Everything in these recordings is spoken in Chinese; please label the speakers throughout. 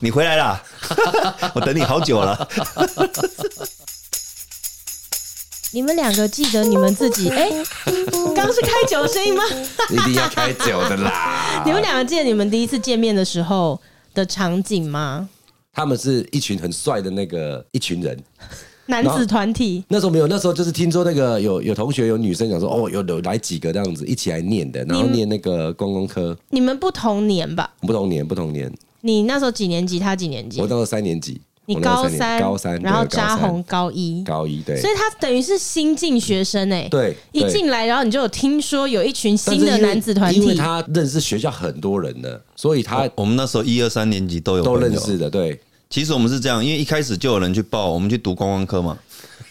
Speaker 1: 你回来 啦！我等你好久了。
Speaker 2: 你们两个记得你们自己，哎、刚是开酒的声音吗？。
Speaker 3: 一定要开酒的啦
Speaker 2: 你们两个记得你们第一次见面的时候的场景吗？
Speaker 3: 他们是一群很帅的那个一群人，
Speaker 2: 男子团体，
Speaker 3: 那时候没有，那时候就是听说那个有有同学有女生讲说，哦，有有来几个这样子一起来念的，然后念那个公共科，
Speaker 2: 你们不同年吧？
Speaker 3: 不同年不同年，
Speaker 2: 你那时候几年级？他几年级
Speaker 3: 我？那时候三年级，
Speaker 2: 你
Speaker 3: 我那时候
Speaker 2: 高
Speaker 3: 年
Speaker 2: 三，
Speaker 3: 高三，
Speaker 2: 然后
Speaker 3: 对
Speaker 2: 扎红高一，
Speaker 3: 高三高一对
Speaker 2: 所，以他等于是新进学生哎、
Speaker 3: 对
Speaker 2: 一
Speaker 3: 对
Speaker 2: 进来，然后你就有听说有一群
Speaker 3: 但
Speaker 2: 新
Speaker 3: 是因
Speaker 2: 的
Speaker 3: 为
Speaker 2: 男子团
Speaker 3: 因为
Speaker 2: 体，
Speaker 3: 他认识学校很多人的，所以他
Speaker 1: 我们那时候一二三年级都有
Speaker 3: 啊都
Speaker 1: 朋友
Speaker 3: 认识。的，对，
Speaker 1: 其实我们是这样，因为一开始就有人去报，我们去读观光科嘛。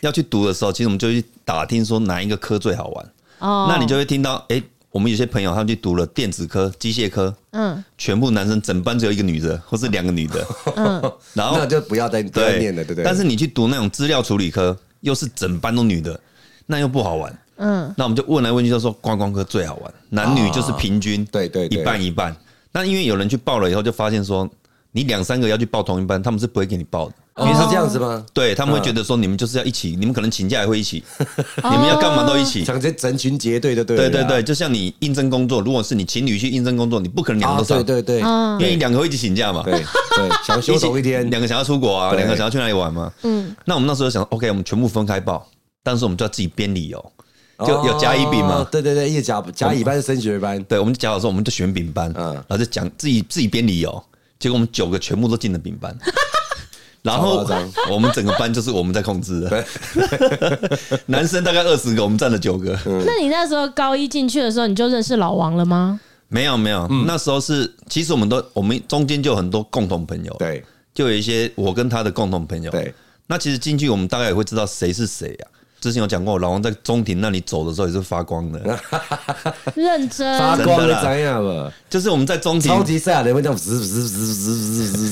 Speaker 1: 要去读的时候，其实我们就去打听说哪一个科最好玩。
Speaker 2: 哦
Speaker 1: 那你就会听到，哎、我们有些朋友他们去读了电子科、机械科，
Speaker 2: 嗯，
Speaker 1: 全部男生，整班只有一个女的，或是两个女的。
Speaker 2: 嗯
Speaker 1: 然后
Speaker 3: 那就不要再不要
Speaker 1: 对
Speaker 3: 念了，对不对？
Speaker 1: 但是你去读那种资料处理科，又是整班都女的，那又不好玩。嗯，那我们就问来问去，就说观光科最好玩，男女就是平均，
Speaker 3: 啊对对对
Speaker 1: 一半一半。那因为有人去报了以后，就发现说你两三个要去报同一班，他们是不会给你报的。
Speaker 3: 哦是这样子吗？
Speaker 1: 对他们会觉得说你们就是要一
Speaker 3: 嗯
Speaker 1: 起，你们可能请假也会一起，你们要干嘛都一起。
Speaker 3: 想这成群结队就哦对啊了
Speaker 1: 对
Speaker 3: 啦，
Speaker 1: 对对，就像你应征工作，如果是你情侣去应征工作，你不可能两
Speaker 3: 啊
Speaker 1: 个都上
Speaker 3: 对，对对
Speaker 2: 嗯
Speaker 1: 因为你两个会一起请假嘛。
Speaker 3: 对对，想休同一 天，
Speaker 1: 两个想要出国啊，
Speaker 3: 对
Speaker 1: 两个想要去哪里玩嘛。嗯，那我们那时候想，OK，我们全部分开报，但是我们就要自己编理由，就有甲乙丙嘛
Speaker 3: 哦。对对对，一甲甲乙班是升学班，
Speaker 1: 对，我们就讲好说，我们就选丙班，
Speaker 3: 嗯
Speaker 1: 然后就讲自己自己编理由，结果我们九个全部都进了丙 班。然后
Speaker 3: 超夸张
Speaker 1: 我们整个班就是我们在控制的， 男生大概二十个，我们占了九个。
Speaker 3: 嗯
Speaker 2: 那你那时候高一进去的时候，你就认识老王了吗？
Speaker 1: 没有没有，
Speaker 3: 嗯
Speaker 1: 那时候是其实我们都我们中间就有很多共同朋友，，
Speaker 3: 对
Speaker 1: 就有一些我跟他的共同朋友，
Speaker 3: 对，
Speaker 1: 那其实进去我们大概也会知道谁是谁啊。之前有讲过，老王在中庭那里走的时候也是发光的，
Speaker 2: 认真，
Speaker 3: 发
Speaker 1: 真
Speaker 3: 光
Speaker 1: 的啦
Speaker 3: 了怎样吧？
Speaker 1: 就是我们在中
Speaker 3: 超
Speaker 1: 庭，
Speaker 3: 级赛亚人会这样滋滋滋滋滋滋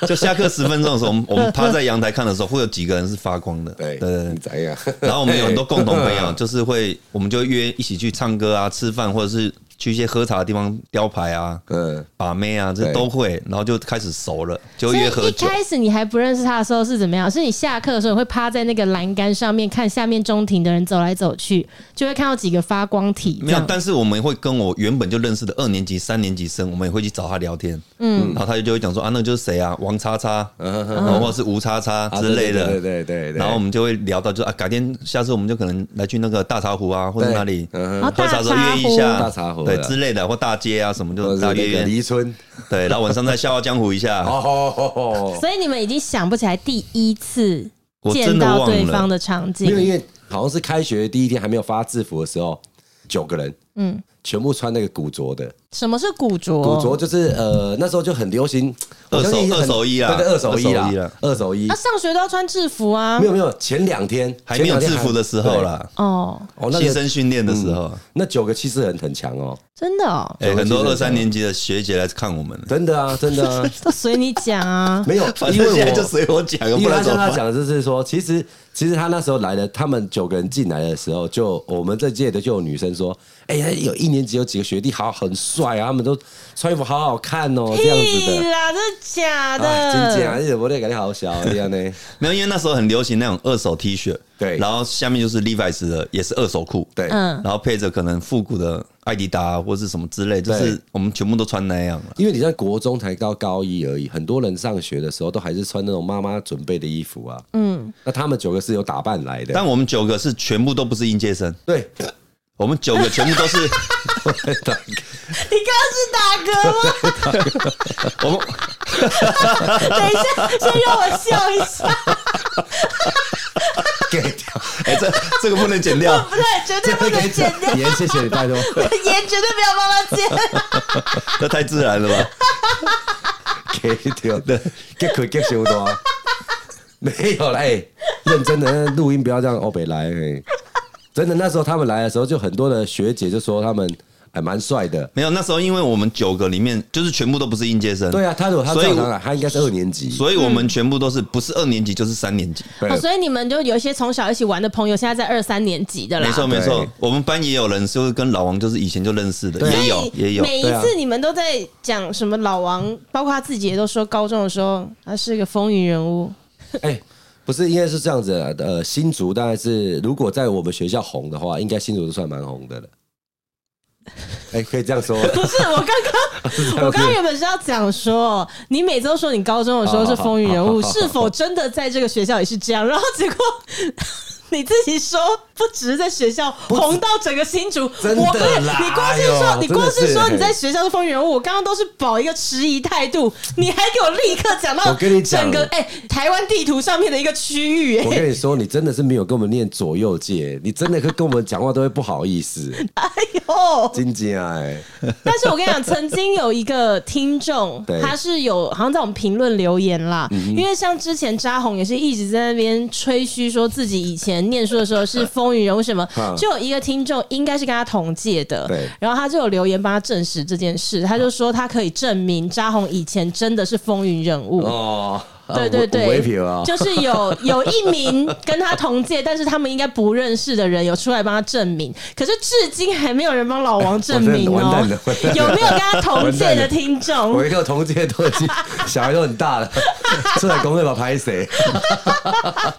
Speaker 3: 滋，
Speaker 1: 就下课十分钟的时候，我们我们趴在阳台看的时候，会有几个人是发光的，
Speaker 3: 对
Speaker 1: 对对。
Speaker 3: 怎 样？
Speaker 1: 然后我们有很 多共同朋友，就是会我们就会约一起去唱歌啊、吃饭，或者是去一些喝茶的地方雕牌啊、
Speaker 3: 嗯，
Speaker 1: 把妹啊，这
Speaker 3: 对
Speaker 1: 都会，然后就开始熟了，就
Speaker 2: 所
Speaker 1: 约
Speaker 2: 以
Speaker 1: 喝
Speaker 2: 一
Speaker 1: 酒。
Speaker 2: 开始你还不认识他的时候是怎么样？是你下课的时候你会趴在那个栏杆上面看下面中庭的人走来走去，就会看到几个发光体这
Speaker 1: 没有，
Speaker 2: 样。
Speaker 1: 但是我们会跟我原本就认识的二年级、三年级生，我们也会去找他聊天。嗯，然后他就会讲说啊，那就是谁啊，王叉叉，然后或者是吴叉叉
Speaker 3: 嗯啊
Speaker 1: 之类的。
Speaker 3: 对对对对对，
Speaker 1: 然后我们就会聊到，就啊，改天下次我们就可能来去那个大茶壶啊，或者
Speaker 3: 对
Speaker 1: 哪里
Speaker 3: 嗯
Speaker 2: 哼
Speaker 1: 喝茶的时候约一
Speaker 2: 哦
Speaker 1: 下，
Speaker 3: 大茶壶
Speaker 1: 对
Speaker 3: 大茶壶啊
Speaker 1: 之类的，或大街啊什么，
Speaker 3: 或
Speaker 1: 就
Speaker 3: 者
Speaker 1: 大
Speaker 3: 是
Speaker 1: 约
Speaker 3: 那个哦
Speaker 1: 约。
Speaker 3: 黎春，
Speaker 1: 对，然后晚上再笑傲江湖一下。
Speaker 3: 哦，
Speaker 2: 所以你们已经想不起来第一次
Speaker 1: 我
Speaker 2: 见
Speaker 1: 真的
Speaker 2: 到
Speaker 1: 忘
Speaker 2: 对方
Speaker 1: 了，
Speaker 2: 的场
Speaker 3: 没有，
Speaker 2: 景。
Speaker 3: 因为好像是开学第一天还没有发制服的时候，九个人，嗯，全部穿那个古着的，
Speaker 2: 什么是古着？
Speaker 3: 古着就是呃那时候就很流行
Speaker 1: 二手
Speaker 3: 我相信很
Speaker 1: 二手衣啦
Speaker 3: 对对，二手
Speaker 1: 二
Speaker 3: 衣
Speaker 1: 手衣啊
Speaker 3: 啦
Speaker 1: 啦，
Speaker 3: 二手衣
Speaker 2: 那、。啊上学都要穿制服啊
Speaker 3: 没。有没有，前两天
Speaker 1: 还没有制服的时候，啦，
Speaker 2: 哦，
Speaker 3: 前两天还对哦，那
Speaker 1: 新
Speaker 3: 个嗯
Speaker 1: 生训练的时候，
Speaker 3: 那九个气势很很强哦，
Speaker 2: 真的哦，
Speaker 1: 哎，很多
Speaker 3: 九
Speaker 1: 二
Speaker 3: 个其实
Speaker 1: 三年级的学姐来看我们，
Speaker 3: 真的啊，真 的啊，
Speaker 2: 都随你讲啊。
Speaker 3: 没有，
Speaker 1: 反
Speaker 3: 因
Speaker 1: 正
Speaker 3: 为
Speaker 1: 现在
Speaker 3: 我
Speaker 1: 就随我讲，
Speaker 3: 因
Speaker 1: 不
Speaker 3: 为
Speaker 1: 然
Speaker 3: 他
Speaker 1: 怎
Speaker 3: 跟
Speaker 1: 么
Speaker 3: 他
Speaker 1: 办？
Speaker 3: 讲的就是说，其实其实他那时候来的，他们九个人进来的时候，就我们这届的就有女生说，哎、呀，有一年级有几个学弟好很帅啊，他们都穿衣服好好看哦， 这样子
Speaker 2: 屁
Speaker 3: 的。
Speaker 2: 啦，真的假
Speaker 3: 啊，
Speaker 2: 的？
Speaker 3: 真假？而且我那感觉好小这样呢。
Speaker 1: 没有，因为那时候很流行那种二手 T 恤，
Speaker 3: 对
Speaker 1: 然后下面就是 Levi's 的，也是二手裤，
Speaker 3: 对，
Speaker 2: 嗯
Speaker 1: 然后配着可能复古的艾迪达啊或是什么之类，就
Speaker 3: 对
Speaker 1: 是我们全部都穿那样了。
Speaker 3: 因为你在国中才到高一而已，很多人上学的时候都还是穿那种妈妈准备的衣服啊。嗯，那他们九个是有打扮来的，
Speaker 1: 但我们九个是全部都不是应届生，
Speaker 3: 对，
Speaker 1: 我们九个全部都是
Speaker 2: 你刚刚是打嗝吗？
Speaker 1: 我们
Speaker 2: 等一下，先让我笑一 下。
Speaker 3: 给
Speaker 1: 哎、这这个不能剪掉，
Speaker 2: 不对，绝对
Speaker 3: 这
Speaker 2: 不
Speaker 3: 个
Speaker 2: 能
Speaker 3: 给
Speaker 2: 剪掉，
Speaker 3: 盐，谢谢你，拜 托。
Speaker 2: 盐绝对不要帮 他剪。
Speaker 1: 这太自然了吧？
Speaker 3: 给掉的，给可给修多。啊 没有啦，哎、认真的那录音不要这样欧北来、哎真的，那时候他们来的时候，就很多的学姐就说他们还蛮帅的。
Speaker 1: 没有，那时候因为我们九个里面就是全部都不是应届生，
Speaker 3: 对啊，他如果他
Speaker 1: 所以
Speaker 3: 正
Speaker 1: 我
Speaker 3: 常来，他应该是二年级，
Speaker 1: 所以我们全部都是不是二年级就是三年级。
Speaker 3: 对
Speaker 2: 哦，所以你们就有一些从小一起玩的朋友，现在在二三年级的啦。
Speaker 1: 没错没错
Speaker 3: 嗯对，
Speaker 1: 我们班也有人就是跟老王就是以前就认识的，
Speaker 3: 对啊
Speaker 1: 也有
Speaker 2: 所以
Speaker 1: 也有。
Speaker 2: 每一
Speaker 3: 对啊
Speaker 2: 次你们都在讲什么老王，包括他自己也都说，高中的时候他是个风云人物。
Speaker 3: 哎、不是，应该是这样子的。呃，新竹大概是如果在我们学校红的话，应该新竹都算蛮 红的了。哎、可以这样说。
Speaker 2: 不是我刚
Speaker 3: 哦
Speaker 2: 刚，我刚刚原本是要讲说，你每周说你高中的时候是风云人物，
Speaker 3: 好好好好
Speaker 2: 是否真的在这个学校也是这样？然后结果 你自己说，不只是在学校红到整个新竹，
Speaker 3: 真的
Speaker 2: 我不是
Speaker 3: 啦
Speaker 2: 你光是
Speaker 3: 哎
Speaker 2: 说，
Speaker 3: 呦
Speaker 2: 你光
Speaker 3: 真
Speaker 2: 是
Speaker 3: 的是
Speaker 2: 说
Speaker 3: 嘿
Speaker 2: 你在学校是风云人物，我刚刚都是保一个迟疑态度，你还给我立刻讲到
Speaker 3: 我跟你讲
Speaker 2: 整个哎、台湾地图上面的一个区域、
Speaker 3: 我
Speaker 2: 哎，
Speaker 3: 跟你说，你真的是没有跟我们念左右界，你真的跟跟我们讲话都会不好 意思，
Speaker 2: 哎呦，
Speaker 3: 真的哎，
Speaker 2: 但是我跟你讲，曾经有一个听众
Speaker 3: 对，嗯
Speaker 2: 他是有好像在我们评论留言啦，因为像之前扎红也是一直在那边吹嘘说自己以前念书的时候是风云人物什 么
Speaker 3: 嗯，
Speaker 2: 就有一个听众应该是跟他同届的
Speaker 3: 对，
Speaker 2: 然后他就有留言帮他证实这件事，他就说他可以证明扎红以前真的是风云人物。
Speaker 3: 哦，
Speaker 2: 对对对，
Speaker 3: 微票啊，
Speaker 2: 就是有有一名跟他同届，但是他们应该不认识的人有出来帮他证明，可是至今还没有人帮老王证明
Speaker 3: 完
Speaker 2: 哦
Speaker 3: 蛋了完蛋。了
Speaker 2: 有没有跟他同届
Speaker 3: 完蛋
Speaker 2: 的
Speaker 3: 了
Speaker 2: 听众
Speaker 3: 我？一个同届都已经小孩都很 大了，出来工作吧拍谁？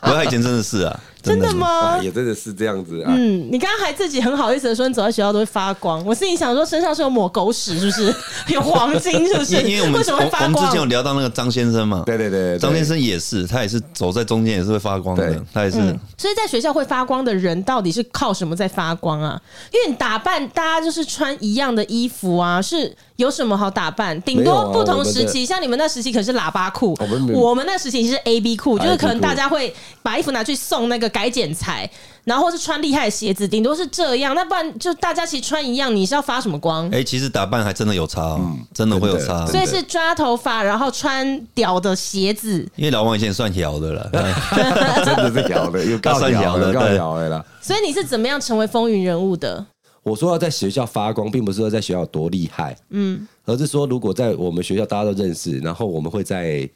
Speaker 1: 不过他以前真的是啊，
Speaker 2: 真的？
Speaker 3: 啊
Speaker 2: 吗？
Speaker 3: 也真的是这样子啊。
Speaker 2: 哦嗯，你刚刚还自己很好意思的说你走在学校都会发光，我心里想说身上是有抹狗屎是不是？ 有黄金是不
Speaker 1: 因
Speaker 2: 是？
Speaker 1: 为因为我们
Speaker 2: 为什么会
Speaker 1: 我我
Speaker 2: 发
Speaker 1: 们之前有
Speaker 2: 光？
Speaker 1: 聊到那个张先生嘛，
Speaker 3: 对对对对，
Speaker 1: 张先生也是，他也是走在中间也是会发光的
Speaker 3: 对，
Speaker 1: 他也是。
Speaker 2: 所以在学校会发光的人到底是靠什么在发光啊？因为你打扮，大家就是穿一样的衣服啊，是有什么好打扮？顶
Speaker 3: 没有
Speaker 2: 多
Speaker 3: 啊
Speaker 2: 不同时期，像你们那时期可是喇叭裤
Speaker 3: 我们，没有
Speaker 2: 我们那时期是 A B 裤，就是可能
Speaker 3: AB 裤
Speaker 2: 大家会把衣服拿去送那个改剪裁，然后或是穿厉害的鞋子，顶多是这样。那不然就大家其实穿一样，你是要发什么光？
Speaker 1: 哎，其实打扮还真的有差哦，真的会有差
Speaker 3: 嗯真的。
Speaker 2: 所以是抓头发，然后穿屌的鞋子，
Speaker 1: 因为老王以前也算摇的了，
Speaker 3: 真的是摇的，有
Speaker 1: 他
Speaker 3: 够
Speaker 1: 算
Speaker 3: 摇
Speaker 1: 摇
Speaker 3: 的，
Speaker 1: 的
Speaker 3: 有够
Speaker 1: 对
Speaker 3: 摇的啦。
Speaker 2: 所以你是怎么样成为风云人物的？
Speaker 3: 我说要在学校发光，并不是说在学校有多厉害，嗯，而是说如果在我们学校大家都认识，然后我们会在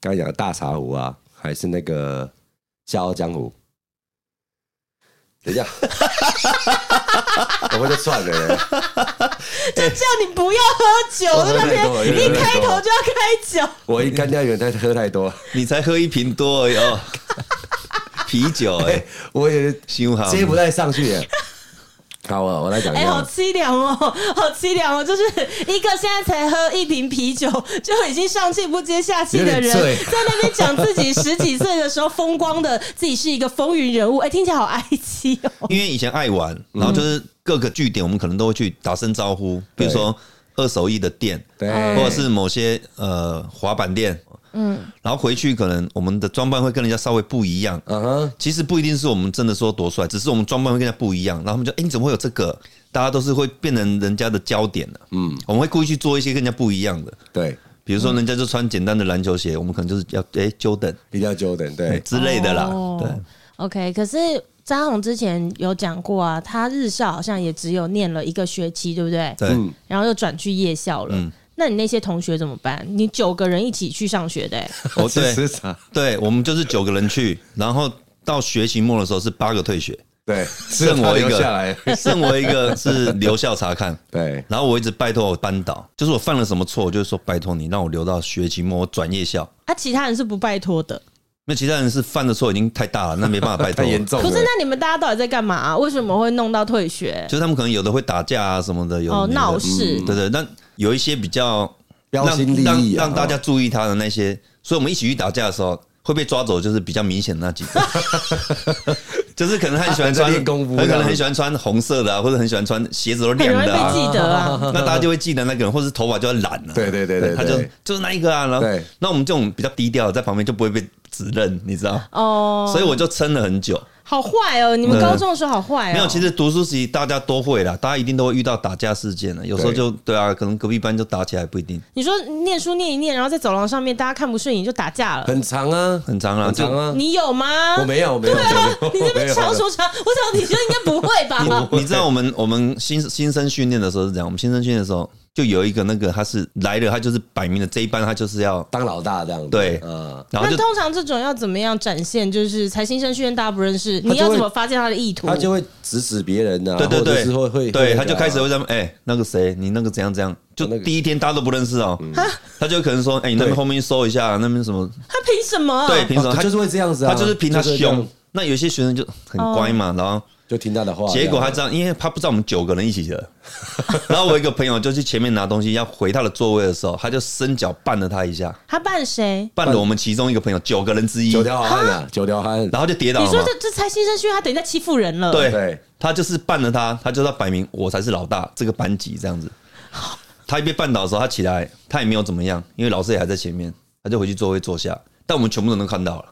Speaker 3: 刚才讲的大茶壶啊，还是那个《笑傲江湖》。等一 下，我会就串了耶，
Speaker 2: 就叫你不要喝酒，在那
Speaker 3: 我喝太多了
Speaker 2: 边一开头就要开酒，
Speaker 3: 我一干掉人，但喝太多，
Speaker 1: 你才喝一瓶多而已 哦，啤酒哎，
Speaker 3: 我也
Speaker 1: 修好
Speaker 3: 接不太上去耶。好，啊我我来讲一
Speaker 2: 哎、好
Speaker 3: 下，
Speaker 2: 凄凉哦， 好凄凉哦！就是一个现在才喝一瓶啤酒就已经上气不接下气的人，
Speaker 3: 有点醉
Speaker 2: 在那边讲自己十几岁的时候风光的自己是一个风云人物，哎、听起来好哀戚哦。
Speaker 1: 因为以前爱玩，
Speaker 3: 嗯
Speaker 1: 然后就是各个据点，我们可能都会去打声招呼，比
Speaker 3: 对
Speaker 1: 如说二手衣的店，
Speaker 3: 对，
Speaker 1: 或者是某些呃滑板店，嗯，然后回去可能我们的装扮会跟人家稍微不一样。
Speaker 3: 嗯哼，
Speaker 1: 其实不一定是我们真的说多帅，只是我们装扮会跟人家不一样。然后他们就，哎、你怎么会有这个？大家都是会变成人家的焦点的、嗯，我们会故意去做一些跟人家不一样的，
Speaker 3: 对，
Speaker 1: 比如说人家就穿简单的篮球鞋，我们可能就是要哎、Jordan
Speaker 3: 一定要 Jordan，
Speaker 1: 哎
Speaker 3: 对，
Speaker 1: 之类的啦。
Speaker 2: 哦
Speaker 1: 对，
Speaker 2: OK，可是张红之前有讲过啊，他日校好像也只有念了一个学期，对不对？
Speaker 1: 对，
Speaker 3: 嗯
Speaker 2: 然后又转去夜校了。那你那些同学怎么办？你九个人一起去上学的、哎
Speaker 1: 哦对
Speaker 3: 是啥？
Speaker 1: 对，我们就是九个人去，然后到学期末的时候是八个退学，
Speaker 3: 对，
Speaker 1: 剩我一
Speaker 3: 留下
Speaker 1: 个
Speaker 3: 来，，
Speaker 1: 剩我一个是留校查看。
Speaker 3: 对，
Speaker 1: 然后我一直拜托我班导，就是我犯了什么错，我就说拜托你让我留到学期末，我转夜校。
Speaker 2: 啊，其他人是不拜托的。
Speaker 1: 那其他人是犯的错已经太大了，那没办法拜托
Speaker 3: 太。严重了，
Speaker 2: 不是，那你们大家到底在干嘛、啊为什么会弄到退学？
Speaker 1: 就是他们可能有的会打架啊什么的，有的
Speaker 2: 哦，
Speaker 1: 没的嗯
Speaker 2: 闹事。
Speaker 1: 对对，那有一些比较
Speaker 3: 标
Speaker 1: 让
Speaker 3: 新立
Speaker 1: 让
Speaker 3: 异啊，
Speaker 1: 让大家注意他的那些，所以我们一起去打架的时候会被抓走，就是比较明显的那几个， 就是可能他很喜欢
Speaker 3: 他在
Speaker 1: 穿
Speaker 3: 练功夫啊
Speaker 1: 他可
Speaker 3: 这
Speaker 1: 能
Speaker 3: 样
Speaker 1: 很喜欢穿红色的啊，或者很喜欢穿鞋子都
Speaker 2: 很
Speaker 1: 亮
Speaker 2: 容易被
Speaker 1: 的啊，
Speaker 2: 记得 啊，
Speaker 1: 那大家就会记得那个人，或是头发就要染了。
Speaker 3: 对对对对
Speaker 1: 他就
Speaker 3: 对
Speaker 1: 就是那一个啊，然后
Speaker 3: 对
Speaker 1: 那我们这种比较低调的，在旁边就不会被指认，你知道。
Speaker 2: 哦，
Speaker 1: 所以我就撑了很久，
Speaker 2: 好坏哦！你们高中的时候好坏哦。
Speaker 1: 没有，其
Speaker 2: 实
Speaker 1: 实读书时期大家都会啦，大家一定都会遇到打架事件的，有时候
Speaker 3: 对
Speaker 1: 就对啊，可能隔壁班就打起来，不一定
Speaker 2: 你说念书念一念，然后在走廊上面大家看不顺眼就打架了，
Speaker 3: 很长啊，
Speaker 1: 很长啊
Speaker 3: 很长啊。
Speaker 2: 你有吗？
Speaker 3: 我没有，我没有，
Speaker 2: 对啊，
Speaker 3: 我没
Speaker 2: 你
Speaker 3: 有
Speaker 2: 这边强说强，我想你觉得应该不会 吧？
Speaker 1: 你知道我们我们新新生训练的时候是这样，我们新生训练的时候就有一个那个他是来了，他就是摆明了这一班他就是要
Speaker 3: 当老大这样子。
Speaker 1: 对
Speaker 3: 嗯，
Speaker 1: 然后
Speaker 2: 那
Speaker 1: 就
Speaker 2: 通常这种要怎么样展现？就是才新生训练大家不认识，你要怎么发现他的意图？
Speaker 3: 他就会指使别人呐，
Speaker 1: 对对
Speaker 3: 或者
Speaker 1: 对，
Speaker 3: 是会会，
Speaker 1: 对
Speaker 3: 会啊
Speaker 1: 他就开始
Speaker 3: 那个
Speaker 1: 会这么哎那个谁你那个怎样怎样，就
Speaker 3: 那个嗯
Speaker 1: 第一天大家都不认识哦，他就可能说哎你那边
Speaker 3: 对
Speaker 1: 后面搜一下那边什么，
Speaker 2: 他凭什么？
Speaker 1: 对，凭什么
Speaker 3: 哦他就是会这样子啊
Speaker 1: 他就是凭他
Speaker 3: 就是这样哦
Speaker 1: 凶。那有些学生就很乖嘛，然后。
Speaker 3: 就听他的话，
Speaker 1: 结果他
Speaker 3: 他
Speaker 1: 这样，因为他不知道我们九个人一起的。 然后我一个朋友就去前面拿东西，要回他的座位的时候，他就伸脚绊了他一下，
Speaker 2: 他扮谁？
Speaker 1: 绊了我们其中一个朋友，九个人之一，
Speaker 3: 九
Speaker 1: 然
Speaker 3: 条汉啊，九条汉，
Speaker 1: 后就跌倒
Speaker 2: 你
Speaker 1: 了
Speaker 2: 说
Speaker 1: 嘛。
Speaker 2: 这这才新生训练，他等于在欺负人了。，
Speaker 1: 对
Speaker 3: 对，
Speaker 1: 他就是绊了他，他就要摆明我才是老大，这个班级这样子。他一被绊倒的时候，他起来，他也没有怎么样，因为老师也还在前面，他就回去座位坐下。但我们全部人都看到了，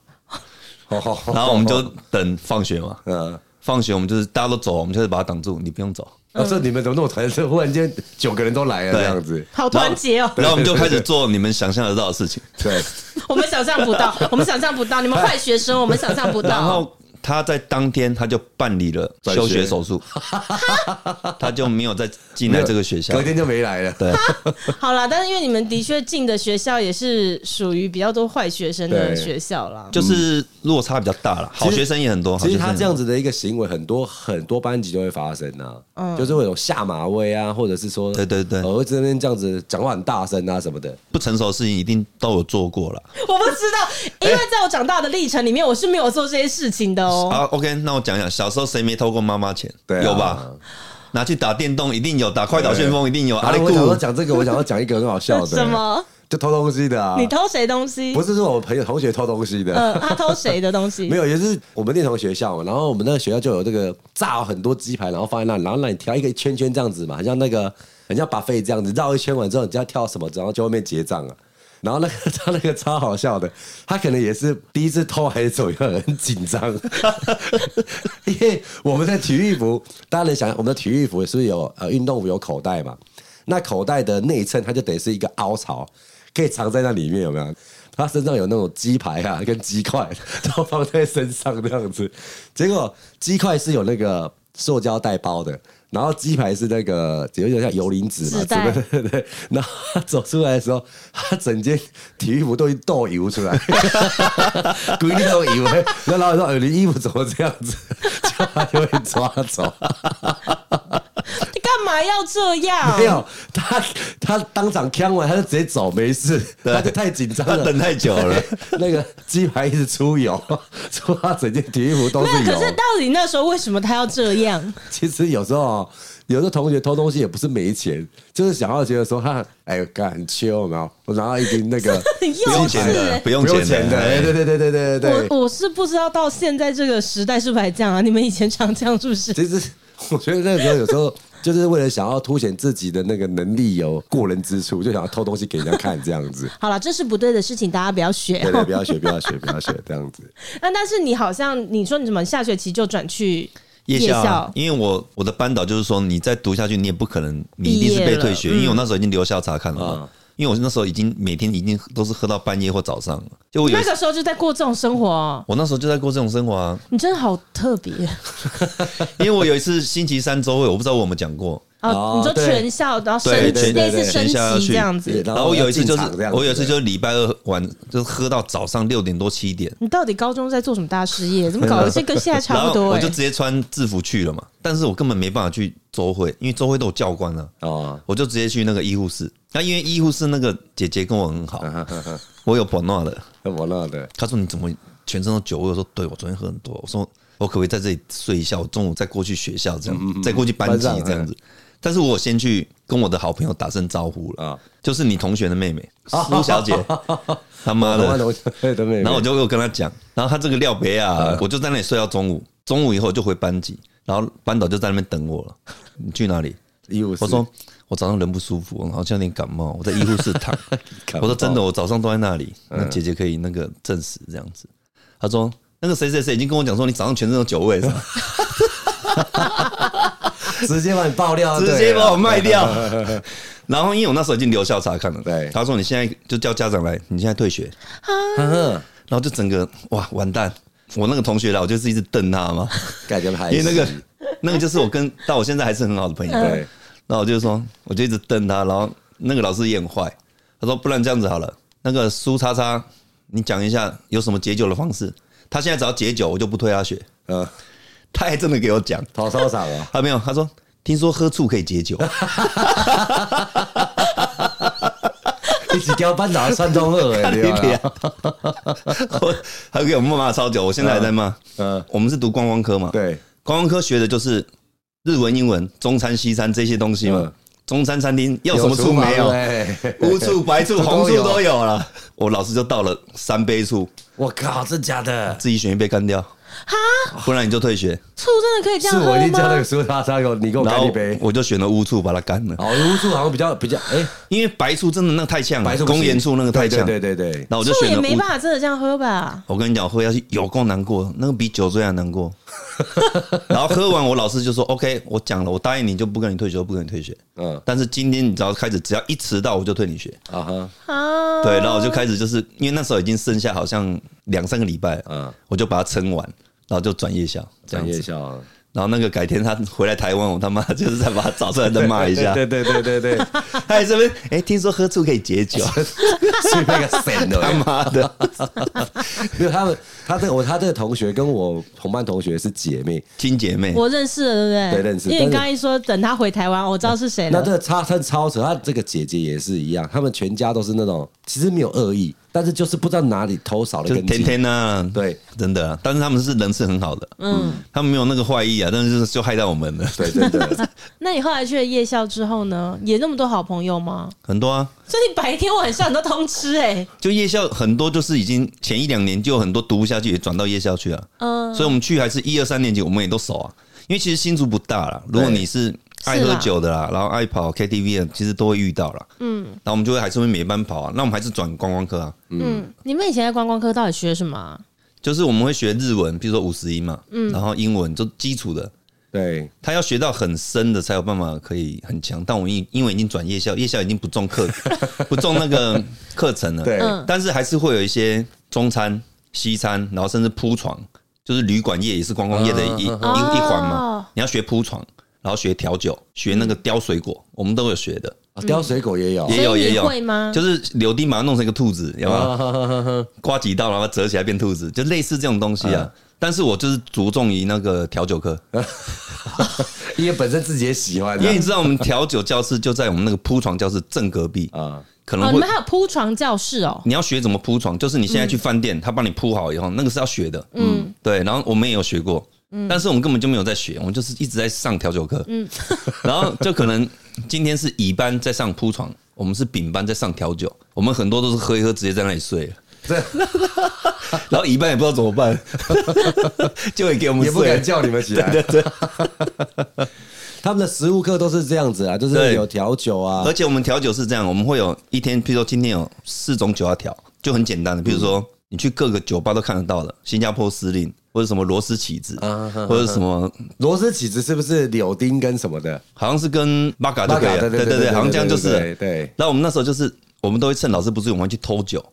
Speaker 1: 然
Speaker 3: 然
Speaker 1: 后我们就等放学嘛。
Speaker 3: 嗯。
Speaker 1: 放学我们就是大家都走，我们就是把他挡住，你不用走。
Speaker 3: 啊，这你们怎么那么团结？忽然间九个人都来了
Speaker 1: 对
Speaker 3: 这样子，
Speaker 2: 好团结哦！
Speaker 1: 然后我们就开始做你们想象得到的事情。
Speaker 3: 对，
Speaker 2: 我们想象不 到，我们想象不到，你们坏学生，我们想象不
Speaker 1: 然
Speaker 2: 到。
Speaker 1: 后他在当天他就办理了
Speaker 3: 转学
Speaker 1: 休学手术，他就没有再进来这个学校
Speaker 3: 隔。天就没来了。
Speaker 1: 对，
Speaker 2: 好啦，但是因为你们的确进的学校也是属于比较多坏学生的学校啦。
Speaker 1: 就是落差比较大了，好学生也很多。
Speaker 3: 嗯其
Speaker 1: 好
Speaker 3: 实
Speaker 1: 学
Speaker 3: 他
Speaker 1: 生也很多
Speaker 3: 这样子的一个行为，很多很多班级就会发生啊，就是会有下马威啊，或者是说，
Speaker 1: 对对对
Speaker 3: 我会这边这样子讲话很大声啊什么的。
Speaker 1: 不成熟的事情一定都有做过了。
Speaker 2: 我不知道，因为在我长大的历程里面，我是没有做这些事情的 哦。
Speaker 3: 啊
Speaker 1: 好，OK，那我讲讲小时候谁没偷过妈妈钱？
Speaker 3: 对啊
Speaker 1: 有吧？拿去打电动一定有，打快打旋风一定有，阿
Speaker 3: 啊
Speaker 1: 里，
Speaker 3: 我想要
Speaker 1: 固
Speaker 3: 讲这个，我想要讲一个很好笑的，
Speaker 2: 什么？
Speaker 3: 就偷东西的啊
Speaker 2: 你，偷谁东西？
Speaker 3: 不是说我朋友同学偷东西的，
Speaker 2: 呃，他偷谁的东西？
Speaker 3: 没有，也是我们那同学校嘛，然后我们那个学校就有这个炸很多鸡排，然后放在那里，然后让你挑一个圈圈这样子嘛，很像那个很像把费这样子绕一圈完之后，你就要跳什么，然后就外面结账啊。然后那个他那个超好笑的，他可能也是第一次偷还是怎么样，很紧张， 因为我们的体育服，大家能想象我们的体育服是不是有呃运动服有口袋嘛？那口袋的内衬它就等于是一个凹槽，可以藏在那里面，有没有？他身上有那种鸡排啊，跟鸡块都放在身上这样子。结果鸡块是有那个塑胶袋包的，然后鸡排是那个有点像油淋纸嘛，
Speaker 2: 纸袋
Speaker 3: 对对对。然后他走出来的时候，他整件体育服都倒油出来， 故意倒油。那老板说：“哎，你衣服怎么这样子？” 就他就会抓走。
Speaker 2: 你干嘛要这样？
Speaker 3: 没有，他他当场呛完，他就直接走，没事。
Speaker 1: 对
Speaker 3: 他就太紧张
Speaker 1: 他
Speaker 3: 了，
Speaker 1: 等太久了。
Speaker 3: 那个鸡排一直出油， 出他整件体育服都
Speaker 2: 没有
Speaker 3: 是
Speaker 2: 啊可是
Speaker 3: 油。
Speaker 2: 到底那时候为什么他要这 样？
Speaker 3: 其实有时候，有时候同学偷东西也不是没钱，就是想要觉得说他哎，干很缺有没有？我拿到一瓶那 个
Speaker 2: 很
Speaker 1: 不
Speaker 2: 幼
Speaker 1: 用
Speaker 2: 稚
Speaker 1: 钱的，
Speaker 2: 欸。
Speaker 1: 不用
Speaker 3: 不用
Speaker 1: 钱
Speaker 3: 钱的，哎对对对对对对对。
Speaker 2: 我我是不知道到现在这个时代是不是还这样啊？你们以前常这样是不是？
Speaker 3: 其实我觉得那个时候有时候就是为了想要凸显自己的那个能力有过人之处，就想要偷东西给人家看这样
Speaker 2: 。
Speaker 3: 子
Speaker 2: 好了，这是不对的事情，大家不要学
Speaker 3: 对
Speaker 2: 哦
Speaker 3: 对，不要学，不要学，不要学这样子。
Speaker 2: 那但是你好像你说你怎么下学期就转去
Speaker 1: 夜
Speaker 2: 校
Speaker 1: 校
Speaker 2: 啊，
Speaker 1: 啊，因为我我的班导就是说，你再读下去，你也不可能，你一定是被退学，
Speaker 2: 毕业了嗯
Speaker 1: 因为我那时候已经留校查看了
Speaker 3: 嗯
Speaker 1: 嘛。因为我那时候已经每天已经都是喝到半夜或早上了，就我有
Speaker 2: 那
Speaker 1: 一次
Speaker 2: 个时候就在过这种生活哦、
Speaker 1: 我那时候就在过这种生活 啊。
Speaker 2: 你真的好特别
Speaker 1: 因为我有一次星期三周会，我不知道我有没有讲过，
Speaker 2: 哦！
Speaker 3: 哦
Speaker 2: 你说
Speaker 3: 对
Speaker 2: 全校然后升
Speaker 1: 对
Speaker 3: 对
Speaker 2: 类
Speaker 3: 对
Speaker 2: 似
Speaker 3: 对
Speaker 2: 升
Speaker 1: 全校要
Speaker 2: 旗
Speaker 1: 去
Speaker 2: 这样子
Speaker 3: 对，
Speaker 1: 然后我有一次就是
Speaker 3: 要进场这样，子
Speaker 1: 我有一次就是礼拜二晚就是喝到早上六点多七点，
Speaker 2: 你到底高中在做什么大事业？怎 么搞得这跟现在
Speaker 1: 然
Speaker 2: 差不
Speaker 1: 后
Speaker 2: 多、
Speaker 1: 我
Speaker 2: 欸？
Speaker 1: 就直接穿制服去了嘛，但是我根本没办法去周会，因为周会都有教官了、
Speaker 3: 哦，
Speaker 1: 我就直接去那个医护室。那因为医护室那个姐姐跟我很好，
Speaker 3: 嗯
Speaker 1: 我有保诺的，
Speaker 3: 怎么了嗯的？
Speaker 1: 她说你怎么全身都酒味？我说对，我昨天喝很多。我说我可不可以在这里睡一下？我中午再过去学校这样，再过去班级
Speaker 3: 班上
Speaker 1: 这样子。但是我先去跟我的好朋友打声招呼了
Speaker 3: 啊，
Speaker 1: 就是你同学的妹妹苏小姐，他妈的，
Speaker 3: 对对对。
Speaker 1: 然后啊我就又跟他讲，然后他这个廖别啊，我就在那里睡到中午，中午以后就回班级，然后班导就在那边等我了。你去哪里？
Speaker 3: 医务室
Speaker 1: 我说我早上人不舒服，我好像有点感冒，我在医护室躺。
Speaker 3: 感冒嗯
Speaker 1: 我说真的，我早上都在那里。那姐姐可以那个证实这样子。他说那个谁谁谁已经跟我讲说你早上全身有酒味，是 吧
Speaker 3: 直接把你爆料，
Speaker 1: 直接把我卖掉。 然后因为我那时候已经留校查看了，
Speaker 3: 对
Speaker 1: 他说你现在就叫家长来，你现在退学，
Speaker 3: 掉，
Speaker 1: 然后就整个哇完蛋。我那个同学来，我就是一直瞪他 嘛，
Speaker 3: 感觉拍，
Speaker 1: 因为那个那个就是我跟到我现在还是很好的朋友。
Speaker 3: 对，
Speaker 1: 然后我就说，我就一直瞪他，然后那个老师也很坏，他说不然这样子好了，那个苏叉叉，你讲一下有什么解酒的方式？他现在只要解酒，我就不推他学。
Speaker 3: 嗯，
Speaker 1: 他还真的给我讲，
Speaker 3: 头烧傻了，
Speaker 1: 他没有，他说听说喝醋可以 解酒，
Speaker 3: 一起叼班长三中二 哎，
Speaker 1: 看你
Speaker 3: 对吧
Speaker 1: 脸，我还给我妈妈抄酒，我现在还在骂。
Speaker 3: 嗯，
Speaker 1: 我们是读观光科嘛，
Speaker 3: 对，
Speaker 1: 观光科学的就是日文、英文、中餐、西餐这些东西嘛
Speaker 3: 嗯。
Speaker 1: 中餐餐厅要什么醋
Speaker 3: 厨房
Speaker 1: 没有？
Speaker 3: 对
Speaker 1: 乌醋、白醋、
Speaker 3: 这 都
Speaker 1: 红醋
Speaker 3: 有
Speaker 1: 都有了。我老师就倒了三杯醋，
Speaker 3: 我靠，真假的？
Speaker 1: 自己选一杯干掉，不然你就退学。
Speaker 2: 醋真的可以这
Speaker 3: 是
Speaker 2: 样喝
Speaker 3: 我一定叫那
Speaker 2: 吗
Speaker 3: 个？苏叉叉给我，你给我
Speaker 1: 然
Speaker 3: 干一
Speaker 1: 后
Speaker 3: 杯。
Speaker 1: 我就选了乌醋把它干了，
Speaker 3: 哦，乌醋好像比较比较，哎，
Speaker 1: 因为白醋真的那太呛了，
Speaker 3: 白醋不行
Speaker 1: 公盐醋那个太
Speaker 3: 对对
Speaker 1: 呛。
Speaker 3: 对对对，
Speaker 1: 然后我就
Speaker 2: 醋
Speaker 1: 选
Speaker 2: 也
Speaker 1: 了
Speaker 2: 没
Speaker 1: 乌
Speaker 2: 办。法真的这样喝吧？
Speaker 1: 我跟你讲，喝下去有够难过，那个比酒醉还难 过。然后喝完，我老师就说：“OK，我讲了，我答应你就不跟你退学，不跟你退学。
Speaker 3: 嗯
Speaker 1: 但是今天你只要开始，只要一迟到，我就退你学。
Speaker 3: 啊哈，
Speaker 2: 啊，
Speaker 1: 对，然后我就开始就是因为那时候已经剩下好像两三个礼拜，
Speaker 3: 嗯
Speaker 1: 嗯，我就把它撑完，然后就转夜校这
Speaker 3: 讲
Speaker 1: 样
Speaker 3: 夜
Speaker 1: 子。
Speaker 3: 宵啊，
Speaker 1: 然后那个改天他回来台湾，我他妈就是再把他找出来再骂一下。
Speaker 3: 对对对对对，对
Speaker 1: 他还这边哎，诶听说喝醋可以解 酒，
Speaker 3: 是那个神的
Speaker 1: 他。妈的，
Speaker 3: 因为他们，他这个我他这个同学跟我同班同学是姐妹，
Speaker 1: 亲姐妹，
Speaker 2: 我认识了，对不对？
Speaker 3: 对认识
Speaker 2: 因为
Speaker 3: 但
Speaker 2: 你
Speaker 3: 是
Speaker 2: 刚才一说等他回台湾，我知道是谁
Speaker 3: 那
Speaker 2: 了
Speaker 3: 这。个差他超扯，他这个姐姐也是一样，他们全家都是那种其实没有恶意，但是就是不知道哪里偷少了
Speaker 1: 就是
Speaker 3: 根
Speaker 1: 天
Speaker 3: 筋。
Speaker 1: 天啊，
Speaker 3: 对，
Speaker 1: 真的啊。但是他们是人是很好的，嗯，他们没有那个坏意啊，但是就是就害到我们了，
Speaker 3: 对对对，
Speaker 2: 那你后来去了夜校之后呢？也那么多好朋友吗？
Speaker 1: 很多啊。
Speaker 2: 所以你白天晚上你都通吃哎、
Speaker 1: 就夜校很多就是已经前一两年就有很多读不下去也转到夜校去了，啊
Speaker 2: 嗯，
Speaker 1: 所以我们去还是一二三年级，我们也都熟啊。因为其实新竹不大啦，如果你是爱
Speaker 2: 是
Speaker 1: 喝
Speaker 2: 啦
Speaker 1: 酒的啦，然后爱跑 KTV 的，啊其实都会遇到啦。嗯，然后我们就会还是会每班跑啊。那我们还是转观光科啊，
Speaker 2: 嗯，你们以前在观光科到底学什么啊、
Speaker 1: 就是我们会学日文，比如说五十音嘛，嗯，然后英文就基础的，
Speaker 3: 对，
Speaker 1: 他要学到很深的才有办法可以很强。但我因因为已经转夜校，夜校已经不重课， 不重那个课程了。
Speaker 3: 对
Speaker 2: 嗯
Speaker 1: 但是还是会有一些中餐、西餐，然后甚至铺床，就是旅馆业也是观光业的一、
Speaker 2: 嗯
Speaker 1: 一一环
Speaker 2: 哦
Speaker 1: 嘛。你要学铺床，然后学调酒，学那个雕水果，我们都有学的，
Speaker 3: 哦叼水果也有，
Speaker 1: 也有
Speaker 2: 所以你
Speaker 1: 也有。
Speaker 2: 会吗
Speaker 1: 就是柳丁把它弄成一个兔子，有没
Speaker 2: 嗯
Speaker 1: 有？
Speaker 3: 啊
Speaker 1: 刮几刀，然后折起来变兔子，就类似这种东西
Speaker 2: 嗯
Speaker 1: 啊。但是我就是着重于那个调酒课，
Speaker 3: 因为本身自己也喜 欢啊
Speaker 1: 因为你
Speaker 3: 的
Speaker 1: 知道我们调酒教室就在我们那个铺床教室正隔壁，
Speaker 3: 啊，
Speaker 1: 可
Speaker 2: 哦，
Speaker 1: 能
Speaker 2: 你
Speaker 1: 会
Speaker 2: 们还有铺床教室哦。
Speaker 1: 你要学怎么铺床，就是你现在去饭店，他帮你铺好以后，那个是要学的，嗯，对。然后我们也有学过，但是我们根本就没有在学，我们就是一直在上调酒课，嗯， 然后就可能今天是乙班在上铺床，我们是丙班在上调酒，我们很多都是喝一喝直接在那里睡 了。然后乙班也不知道怎么办， 就会给我们
Speaker 3: 也不
Speaker 1: 睡
Speaker 3: 敢。叫你们起来。他们的食物课都是这样子啊，就是
Speaker 1: 对
Speaker 3: 有调酒啊
Speaker 1: 而，且我们调酒是这样，我们会有一天，譬如说今天有四种酒要调，就很简单的，譬如
Speaker 3: 嗯
Speaker 1: 说你去各个酒吧都看得到的，新加坡司令或者什么罗斯起子，
Speaker 3: 啊
Speaker 1: 或者什么
Speaker 3: 螺丝起子是不是柳丁跟什么的？
Speaker 1: 好像是跟巴嘎就可以了，
Speaker 3: Baga，对
Speaker 1: 对
Speaker 3: 对对对
Speaker 1: 对，好像这样就
Speaker 3: 对对
Speaker 1: 是。
Speaker 3: 对
Speaker 1: 然后我们那时候就是，我们都会趁老师不注意，我们去偷酒。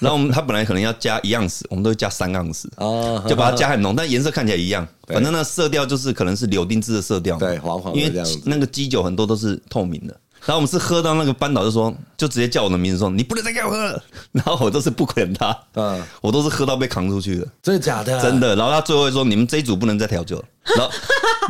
Speaker 1: 然后我们他本来可能要加一盎司，我们都会加三盎司，
Speaker 3: 啊，
Speaker 1: 就 把它加很浓，但颜色看起来一样。
Speaker 3: 对
Speaker 1: 反正那色调就是可能是柳丁汁的色调嘛，
Speaker 3: 对黄黄的
Speaker 1: 因
Speaker 3: 这
Speaker 1: 为
Speaker 3: 样子
Speaker 1: 那个基酒很多都是透明的。然后我们是喝到那个班导就说，就直接叫我的名字说你不能再给我喝了。然后我都是不管他，
Speaker 3: 嗯
Speaker 1: 我都是喝到被扛出去的，
Speaker 3: 真的假的？啊
Speaker 1: 真的。然后他最后会说你们这一组不能再调酒了，然 后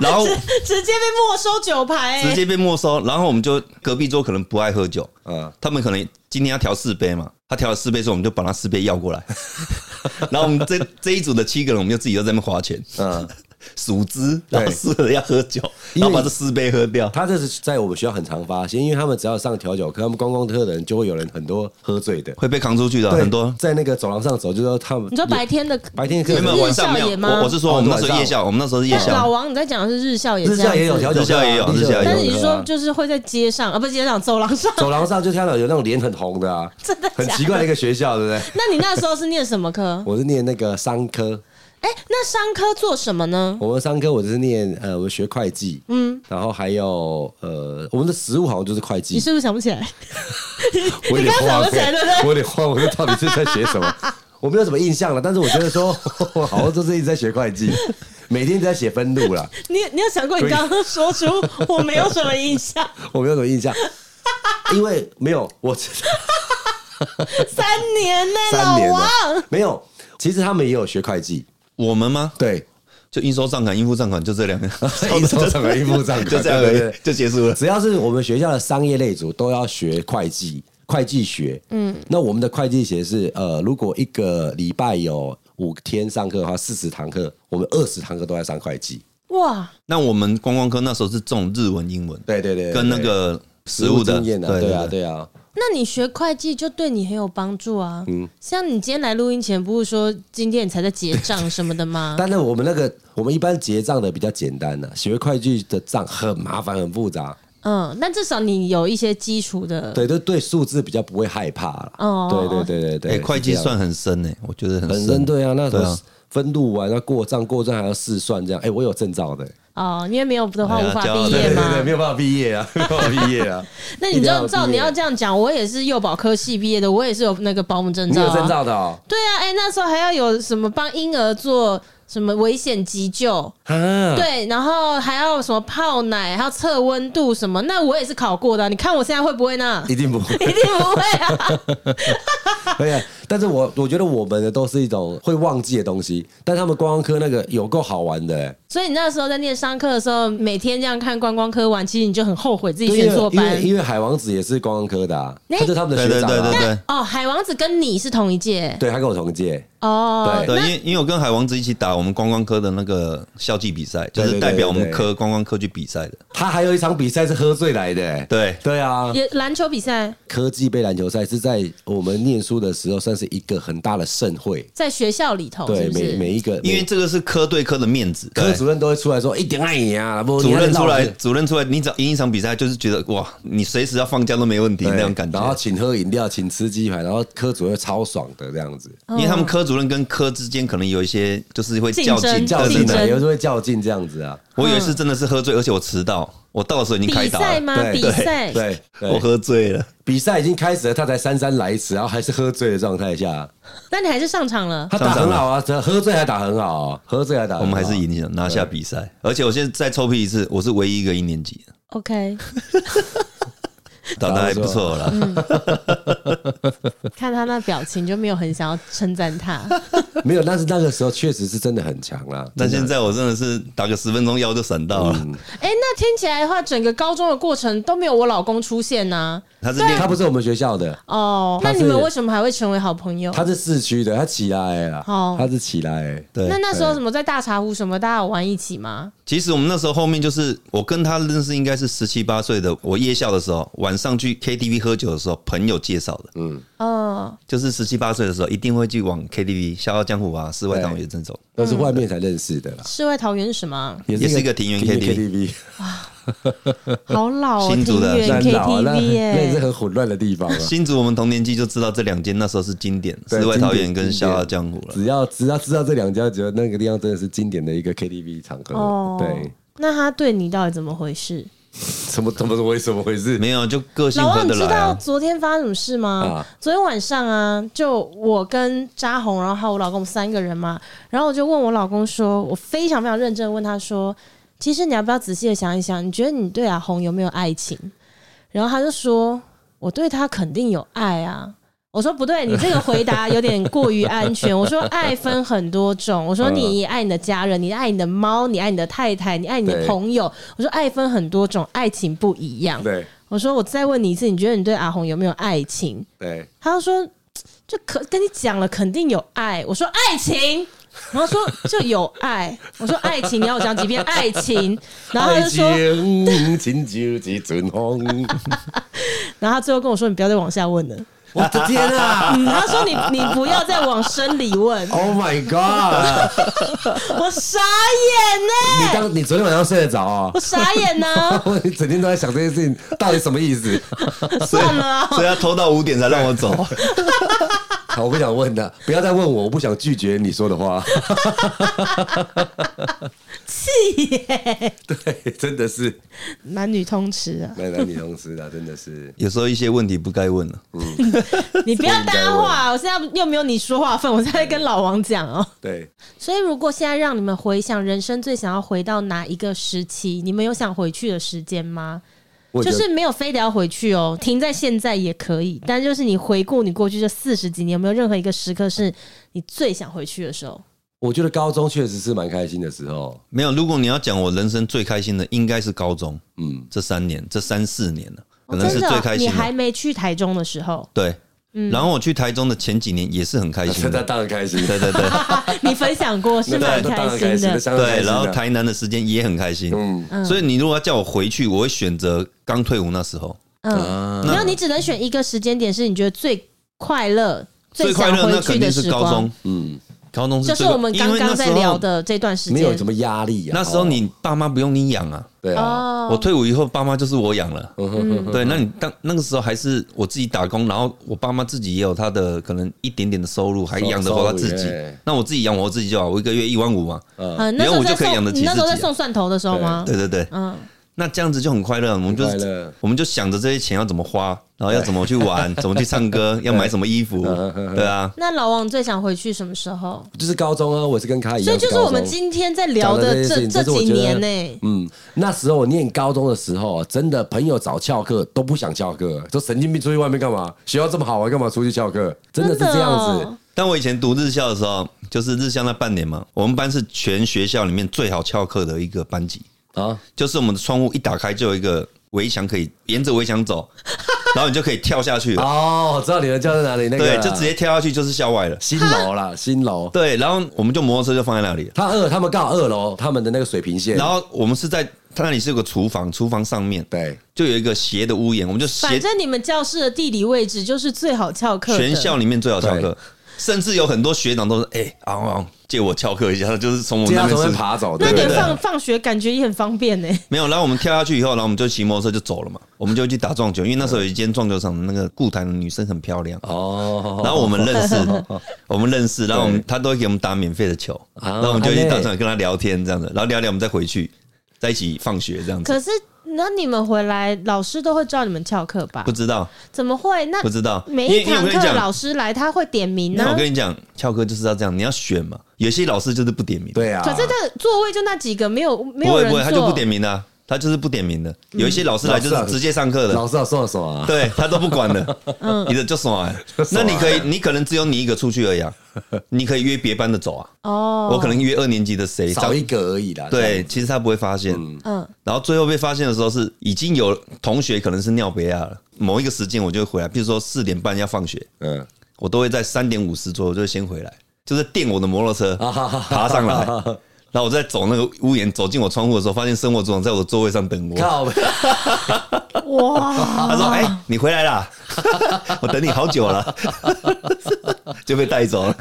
Speaker 1: 然后
Speaker 2: 直接被没收酒牌、
Speaker 1: 直
Speaker 2: 欸，
Speaker 1: 接被没收。然后我们就隔壁桌可能不爱喝酒，
Speaker 3: 嗯
Speaker 1: 他们可能今天要调四杯嘛，他调了四杯之后，我们就把那四杯要过来。 然后我们这这一组的七个人，我们就自己又在那边花钱
Speaker 3: 嗯，
Speaker 1: 数支，
Speaker 3: 对
Speaker 1: 然后输了要喝酒，
Speaker 3: 因为
Speaker 1: 然后把这四杯喝掉。
Speaker 3: 他这是在我们学校很常发现，因为他们只要上调酒课，他们观光客的人就会有人很多喝醉的，
Speaker 1: 会被扛出去的
Speaker 3: 对
Speaker 1: 很多，
Speaker 3: 在那个走廊上走，就说他们
Speaker 2: 你说白天的
Speaker 3: 白天
Speaker 2: 日
Speaker 3: 课
Speaker 1: 没有没有晚上没有，
Speaker 2: 日校也吗
Speaker 1: 我我是说
Speaker 3: 哦
Speaker 1: 我们那时
Speaker 3: 晚
Speaker 1: 候
Speaker 3: 上
Speaker 1: 夜校，我们那时候是夜
Speaker 2: 但老
Speaker 1: 校，
Speaker 2: 王你在讲的是日校也
Speaker 3: 日
Speaker 2: 这样
Speaker 3: 校
Speaker 2: 子
Speaker 3: 也有调酒课啊，
Speaker 1: 日校也有
Speaker 3: 日校
Speaker 1: 日校也有嗯
Speaker 2: 但是你是
Speaker 3: 啊
Speaker 2: 说就是会在街上啊，不是街上走廊上。
Speaker 3: 走廊上就看到有那种脸很红的啊，
Speaker 2: 真的假
Speaker 3: 很
Speaker 2: 的
Speaker 3: 奇怪的一个学校，对不对？
Speaker 2: 那你那时候是念什么科？
Speaker 3: 我是念那个商科，
Speaker 2: 哎、那商科做什么呢？
Speaker 3: 我们商科我就是念呃，我学会计，嗯，然后还有呃，我们的实务好像就是会计
Speaker 2: 你。是不是想不起来？
Speaker 3: 我有点
Speaker 2: 你刚刚
Speaker 3: 慌
Speaker 2: 想不
Speaker 3: 啊
Speaker 2: 起来对不对
Speaker 3: 我有点慌，我说到底是在学什 么？我没有什么印象了，但是我觉得说， 我好像就是一直在学会计，每天在写分录啦，
Speaker 2: 你你有想过你刚刚 说出我没有什么印象？
Speaker 3: 我没有什么印象，因为没有我知道。
Speaker 2: 三年呢、
Speaker 3: 三
Speaker 2: 老
Speaker 3: 年
Speaker 2: 王，
Speaker 3: 了，没有。其实他们也有学会计，
Speaker 1: 我们吗？
Speaker 3: 对，
Speaker 1: 就应收账款、应付账款，就这两个，
Speaker 3: 应收 账款应付账款
Speaker 1: 就这样而
Speaker 3: 对对
Speaker 1: 已
Speaker 3: 对，
Speaker 1: 就结束了。
Speaker 3: 只要是我们学校的商业类组都要学会计，会计学。嗯，那我们的会计学是呃，如果一个礼拜有五天上课的话，四十堂课，我们二十堂课都在上会计。
Speaker 2: 哇，
Speaker 1: 那我们观光科那时候是重日文、英文，
Speaker 3: 对对对，对
Speaker 1: 跟那个
Speaker 3: 对
Speaker 1: 实物的，
Speaker 3: 经验啊，对啊对啊，
Speaker 2: 那你学会计就对你很有帮助啊。嗯，像你今天来录音前，不是说今天你才在结账什么的 吗？
Speaker 3: 但是我们那个我们一般结账的比较简单呐，学会计的账很麻烦很复杂。
Speaker 2: 嗯，那至少你有一些基础的。
Speaker 3: 对，就对数字比较不会害怕了。
Speaker 2: 哦
Speaker 3: 对对对对对，
Speaker 1: 哎，会计
Speaker 3: 是这样
Speaker 1: 算很深呢，我觉得很
Speaker 3: 本身
Speaker 1: 深。
Speaker 3: 对啊，那时
Speaker 1: 对
Speaker 3: 候
Speaker 1: 啊
Speaker 3: 分录完要过账，过账还要试算这样。哎、我有证照的、
Speaker 2: 哦，因为没有的话
Speaker 1: 哎
Speaker 2: 无
Speaker 1: 呀
Speaker 2: 法
Speaker 1: 骄傲
Speaker 2: 毕
Speaker 1: 对
Speaker 2: 业
Speaker 1: 对
Speaker 2: 嘛。
Speaker 3: 有办法毕业啊， 没有办法毕业啊。
Speaker 2: 那你知
Speaker 3: 一定要
Speaker 2: 道，照
Speaker 3: 毕业
Speaker 2: 你要这样讲，我也是幼保科系毕业的，我也是有那个保姆证
Speaker 3: 你
Speaker 2: 照、
Speaker 3: 有
Speaker 2: 啊。
Speaker 3: 证照的哦、
Speaker 2: 对啊，哎、那时候还要有什么帮婴儿做什么危险急救，
Speaker 3: 啊，
Speaker 2: 对，然后还要什么泡奶，还要测温度什么，那我也是考过的啊、你看我现在会不会呢？
Speaker 3: 一定 不
Speaker 2: 一
Speaker 3: 会。
Speaker 2: 定不会啊！
Speaker 3: 对啊，但是我我觉得我们的都是一种会忘记的东西，但他们观光科那个有够好玩的、欸。
Speaker 2: 所以你那时候在念商课的时候，每天这样看观光科玩，其实你就很后悔自己
Speaker 3: 对因
Speaker 2: 选
Speaker 3: 为
Speaker 2: 错
Speaker 3: 因为
Speaker 2: 班。
Speaker 3: 因为海王子也是观光科的、啊，
Speaker 2: 哎
Speaker 3: 他就是他们的
Speaker 1: 对对
Speaker 3: 学长、啊。
Speaker 1: 对对对
Speaker 2: 哦，海王子跟你是同一届
Speaker 3: 对他跟我同届。
Speaker 2: 哦
Speaker 1: 对，
Speaker 3: 对。
Speaker 1: 因为因为我跟海王子一起打我们观光科的那个校际比赛，就
Speaker 3: 对
Speaker 1: 是
Speaker 3: 对
Speaker 1: 代表我们
Speaker 3: 对对
Speaker 1: 科观光科去比赛的。
Speaker 3: 他还有一场比赛是喝醉来的、欸。
Speaker 1: 对
Speaker 3: 对啊，
Speaker 2: 也篮球比赛
Speaker 3: 科技杯篮球赛是在我们念书的时候算是一个很大的盛会。
Speaker 2: 在学校里头，
Speaker 3: 对
Speaker 2: 哦是，不
Speaker 3: 每
Speaker 2: 是？
Speaker 3: 每一个，
Speaker 1: 因为
Speaker 3: 每
Speaker 1: 这个是科对科的面子，
Speaker 3: 科
Speaker 1: 对
Speaker 3: 主任都会出来说一点爱你啊，不，
Speaker 1: 主任出来，
Speaker 3: 你
Speaker 1: 主任出来，你只要赢一场比赛，就是觉得哇，你随时要放假都没问题
Speaker 3: 还
Speaker 1: 那
Speaker 3: 是闹
Speaker 1: 种
Speaker 3: 事
Speaker 1: 感
Speaker 3: 对然后
Speaker 1: 觉。
Speaker 3: 请喝饮料，请吃鸡排，然后科主任超爽的这样子，
Speaker 2: 哦
Speaker 1: 因为他们科主任跟科之间可能有一些就是会较
Speaker 2: 竞争
Speaker 1: 劲，
Speaker 3: 较
Speaker 1: 对
Speaker 3: 劲
Speaker 1: 对
Speaker 2: 竞
Speaker 1: 对
Speaker 3: 的，
Speaker 2: 争
Speaker 3: 有时候会较劲这样子啊，
Speaker 1: 我以为是真的是喝醉，而且我迟到，我到的时候已经开
Speaker 2: 比
Speaker 1: 打
Speaker 2: 赛
Speaker 1: 了，
Speaker 2: 吗？
Speaker 3: 对
Speaker 2: 比
Speaker 3: 对
Speaker 2: 赛
Speaker 3: 对，
Speaker 1: 我
Speaker 3: 对，
Speaker 1: 喝醉了，
Speaker 3: 比赛已经开始了，他才姗姗来迟，然后还是喝醉的状态下，
Speaker 2: 那你还是上场了。
Speaker 3: 他打很好啊，他喝醉还打很好啊，喝醉还打很
Speaker 1: 我
Speaker 3: 好啊，
Speaker 1: 们还是赢了，拿下比赛。而且我现在再抽皮一次，我是唯一一个一年级的，
Speaker 2: OK，
Speaker 1: 打得还不错啦。
Speaker 3: 嗯
Speaker 2: 看他那表情就没有很想要称赞 他。
Speaker 3: 没有，但是那个时候确实是真的很强啊啦，
Speaker 1: 但
Speaker 2: 啊
Speaker 1: 现在我真的是打个十分钟腰就闪到
Speaker 3: 嗯
Speaker 1: 了，
Speaker 2: 哎、那听起来的话，整个高中的过程都没有我老公出现呐、
Speaker 1: 他是练
Speaker 2: 啊
Speaker 3: 他不是我们学校的，
Speaker 2: 哦，
Speaker 3: 他
Speaker 2: 那
Speaker 3: 是
Speaker 2: 你们为什么还会成为好朋友？
Speaker 3: 他是市区的，他起来了
Speaker 2: 哦，
Speaker 3: 他是起来，
Speaker 1: 对
Speaker 2: 那那时候什么在大茶壶什么，大家有玩一起吗？
Speaker 1: 其实我们那时候后面就是我跟他认识，应该是十七八岁的。我夜校的时候，晚上去 KTV 喝酒的时候，朋友介绍的，
Speaker 3: 嗯
Speaker 2: 哦，
Speaker 1: 就是十七八岁的时候一定会去往 KTV《笑傲江湖》啊、世外桃源这种。
Speaker 3: 都
Speaker 2: 嗯
Speaker 3: 是外面才认识的啦。
Speaker 2: 世外桃源是什么啊？
Speaker 3: 也
Speaker 1: 也是一个庭园
Speaker 3: KTV，
Speaker 2: 好老哦，
Speaker 1: 新竹
Speaker 2: 庭
Speaker 1: 的
Speaker 2: 园
Speaker 3: 那很老啊那
Speaker 2: KTV 耶、
Speaker 3: 那也是很混乱的地方 啊。
Speaker 1: 新竹我们同年纪就知道这两间那时候是经典，《
Speaker 3: 对
Speaker 1: 世外桃源》
Speaker 3: 经典
Speaker 1: 跟《笑傲江湖》了。
Speaker 3: 只要只要知道这两家，觉得那个地方真的是经典的一个 KTV 场合。
Speaker 2: 哦，
Speaker 3: 对，，
Speaker 2: 那他对你到底怎么回事？
Speaker 3: 怎么怎么为什么回事？
Speaker 1: 没有，就个性
Speaker 2: 老
Speaker 1: 合
Speaker 2: 王，你
Speaker 1: 得
Speaker 2: 知
Speaker 1: 来
Speaker 2: 道
Speaker 1: 啊。
Speaker 2: 昨天发生什么事吗？
Speaker 3: 啊
Speaker 2: 昨天晚上啊，就我跟扎红，然后还有我老公，我们三个人嘛，然后我就问我老公说，我非常非常认真地问他说，其实你要不要仔细的想一想，你觉得你对阿红有没有爱情？然后他就说，我对他肯定有爱啊。我说不对，你这个回答有点过于安全。我说爱分很多种，我说你爱你的家人，你爱你的猫，你爱你的太太，你爱你的
Speaker 3: 对
Speaker 2: 朋友。我说爱分很多种，爱情不一样。
Speaker 3: 对
Speaker 2: 我说我再问你一次，你觉得你对阿红有没有爱情？
Speaker 3: 对，
Speaker 2: 他就说就可跟你讲了，肯定有爱。我说爱情，然后说就有爱。我说爱情，你要我讲几遍爱情？ 然后他就说，
Speaker 3: 情请就几 阵风。
Speaker 2: 然后他最后跟我说，你不要再往下 问了。
Speaker 3: 我的天啊
Speaker 2: 嗯，他说你你不要再往深里问，
Speaker 3: ！Oh my god！
Speaker 2: 我傻眼呢、
Speaker 3: 你当你昨天晚上睡得着啊
Speaker 2: 我？傻眼呢、
Speaker 3: 我整天都在想这件事情到底什么意思？
Speaker 2: 算了啊、
Speaker 3: 哦
Speaker 1: 所以他拖到五点才让我走，
Speaker 3: 我不想问的，不要再问我，我不想拒绝你说的话。
Speaker 2: 气耶，
Speaker 3: 对，真的是
Speaker 2: 男女通吃啊！
Speaker 3: 男男女同吃的，真的是。
Speaker 1: 有时候一些问题不该问了，
Speaker 2: 你不要搭话，我现在又没有你说话份，我现在跟老王讲哦。
Speaker 3: 对，
Speaker 2: 所以，如果现在让你们回想人生最想要回到哪一个时期，你们有想回去的时间吗？
Speaker 3: 我
Speaker 2: 就
Speaker 3: 觉得
Speaker 2: 是没有非得要回去哦，停在现在也可以。但就是你回顾你过去这四十几年，有没有任何一个时刻是你最想回去的时候？
Speaker 3: 我觉得高中确实是蛮开心的时候。
Speaker 1: 没有。如果你要讲我人生最开心的，应该是高中
Speaker 3: 嗯，
Speaker 1: 这三年，这三四年了，可能
Speaker 2: 真
Speaker 1: 是
Speaker 2: 的
Speaker 1: 最
Speaker 2: 哦、
Speaker 1: 开
Speaker 2: 你
Speaker 1: 心
Speaker 2: 还
Speaker 1: 的。
Speaker 2: 没去台中的时 候，
Speaker 1: 对，
Speaker 2: 嗯
Speaker 1: 然后我去台中的前几年也是很开心
Speaker 3: 那
Speaker 1: 的，
Speaker 3: 当然开心，
Speaker 1: 对对对
Speaker 2: 啊你分享过是
Speaker 3: 那
Speaker 2: 蛮
Speaker 3: 当然
Speaker 2: 开心
Speaker 3: 那
Speaker 2: 的。
Speaker 3: 相当开
Speaker 1: 对，
Speaker 3: 心的
Speaker 1: 然后台南的时间也很开心。
Speaker 3: 嗯
Speaker 1: 所以你如果要叫我回去，我会选择刚退伍那时候。
Speaker 2: 嗯，
Speaker 3: 啊，
Speaker 2: 然后你只能选一个时间点，是你觉得最快乐、
Speaker 1: 最快
Speaker 2: 想
Speaker 1: 乐
Speaker 2: 回
Speaker 1: 那
Speaker 2: 去
Speaker 1: 肯
Speaker 2: 的
Speaker 1: 定是
Speaker 2: 时
Speaker 1: 高
Speaker 2: 光
Speaker 1: 中，，
Speaker 3: 嗯，
Speaker 1: 高中
Speaker 2: 就是
Speaker 1: 最
Speaker 2: 我们刚
Speaker 1: 因为
Speaker 2: 刚
Speaker 1: 那
Speaker 2: 在
Speaker 1: 时候
Speaker 2: 聊的这段时
Speaker 3: 没有什
Speaker 2: 间。
Speaker 3: 么压力啊。
Speaker 1: 那时候你爸妈不用你养啊，
Speaker 3: 对啊，
Speaker 2: 哦
Speaker 1: 我退伍以后爸妈就是我养了。
Speaker 3: 嗯哼哼
Speaker 1: 对，那你当那个时候还是我自己打工，然后我爸妈自己也有他的可能一点点的收入，还养得活他自
Speaker 3: 收
Speaker 1: 己
Speaker 3: 入耶。
Speaker 1: 那我自己养我自己就好，我一个月一万五嘛。
Speaker 2: 嗯，那时候
Speaker 1: 连我
Speaker 2: 在
Speaker 1: 就可以养得起
Speaker 2: 送，你那时候
Speaker 1: 自己啊
Speaker 2: 在送蒜头的时候吗？
Speaker 1: 对对对，
Speaker 2: 嗯，
Speaker 1: 那这样子就很快乐，我们就
Speaker 3: 很快乐
Speaker 1: 是我们就想着这些钱要怎么花，然后要怎么去玩，怎么去唱 歌，要买什么衣
Speaker 3: 嗯
Speaker 1: 服，对啊。
Speaker 2: 那老王最想回去什么时候？
Speaker 3: 就是高中啊，我是跟他一样，
Speaker 2: 所以就是我们
Speaker 3: 高中
Speaker 2: 今天在聊
Speaker 3: 讲
Speaker 2: 的
Speaker 3: 这件
Speaker 2: 这
Speaker 3: 事情
Speaker 2: 这
Speaker 3: 但是我
Speaker 2: 几
Speaker 3: 觉得
Speaker 2: 年呢、
Speaker 3: 嗯，那时候我念高中的时候，啊真的朋友找翘课都不想翘课，说神经病出去外面干嘛？学校这么好玩，干嘛出去翘课？真的是这样
Speaker 2: 真的
Speaker 3: 子
Speaker 2: 哦。
Speaker 1: 但我以前读日校的时候，就是日校那半年嘛，我们班是全学校里面最好翘课的一个班级，
Speaker 2: 哦
Speaker 3: 啊！
Speaker 1: 就是我们的窗户一打开就有一个围墙，可以沿着围墙走， 然后你就可以跳下去了。
Speaker 3: 哦，我知道你们教在哪里，那个啊
Speaker 1: 对，就直接跳下去就是校外了。
Speaker 3: 新楼啦，新楼。
Speaker 1: 对，然后我们就摩托车就放在那里了，
Speaker 3: 他二，他们刚好二楼，他们的那个水平线。
Speaker 1: 然后我们是在它那里是有个厨房，厨房上面
Speaker 3: 对，
Speaker 1: 就有一个斜的屋檐，我们就斜
Speaker 2: 反正你们教室的地理位置就是最好翘课的，
Speaker 1: 全校里面最好翘
Speaker 3: 对
Speaker 1: 课，甚至有很多学长都是哎，昂昂借我翘课一下，就是从我
Speaker 3: 这
Speaker 1: 们那
Speaker 3: 样从
Speaker 1: 边
Speaker 3: 那
Speaker 1: 是
Speaker 3: 边爬走，
Speaker 2: 那
Speaker 3: 对
Speaker 2: 你
Speaker 3: 不对？
Speaker 2: 放放学感觉也很方便呢、
Speaker 1: 没有，然后我们跳下去以后，然后我们就骑摩托车就走了嘛，我们就去打撞球，因为那时候有一间撞球场，那个固台的女生很漂亮，
Speaker 3: 哦，
Speaker 1: 然后我们认 识，哦我们认识，然后我们他都会给我们打免费的球，
Speaker 3: 啊
Speaker 1: 然后我们就去
Speaker 3: 安内
Speaker 1: 打算跟他聊天这样子，然后聊聊我们再回去，在一起放学这样子。
Speaker 2: 可是那你们回来，老师都会知道你们翘课吧
Speaker 1: 不？知道，
Speaker 2: 怎么会？那
Speaker 1: 不知道，
Speaker 2: 每
Speaker 1: 因为
Speaker 2: 一堂
Speaker 1: 因为我跟你
Speaker 2: 课
Speaker 1: 讲
Speaker 2: 老师来，他会点名
Speaker 1: 那
Speaker 2: 呢、
Speaker 1: 我跟你讲，翘课就是要这样，你要选嘛。有些老师就是不点名，，
Speaker 3: 对啊。
Speaker 2: 可是这座位就那几个，没有没
Speaker 1: 不
Speaker 2: 有
Speaker 1: 会
Speaker 2: 人嗯
Speaker 1: 不会，
Speaker 2: 坐，
Speaker 1: 他就不点名的啊，他就是不点名的。有一些老师来就
Speaker 3: 老师啊
Speaker 1: 是直接上课的，
Speaker 3: 老师要送什么啊？
Speaker 1: 对他都不管
Speaker 2: 嗯
Speaker 1: 了，你的就爽啊。那你可以，你可能只有你一个出去而已啊，你可以约别班的走啊。
Speaker 2: 哦。
Speaker 1: 我可能约二年级的谁，
Speaker 3: 少一
Speaker 1: 张
Speaker 3: 个而已啦。这
Speaker 1: 对，
Speaker 3: 样子，
Speaker 1: 其实他不会发现。
Speaker 2: 嗯，
Speaker 1: 然后最后被发现的时候是已经有同学可能是尿别亚了，某一个时间我就会回来，比如说四点半要放学，
Speaker 3: 嗯，
Speaker 1: 我都会在三点五十左右就会先回来，就是电我的摩托车爬上来，然后我在走那个屋檐走进我窗户的时候，发现生活组长在我的座位上等我。
Speaker 3: 靠，
Speaker 2: 哇，
Speaker 1: 他说：“哎、你回来啦， 我等你好久了。” 就被带走了，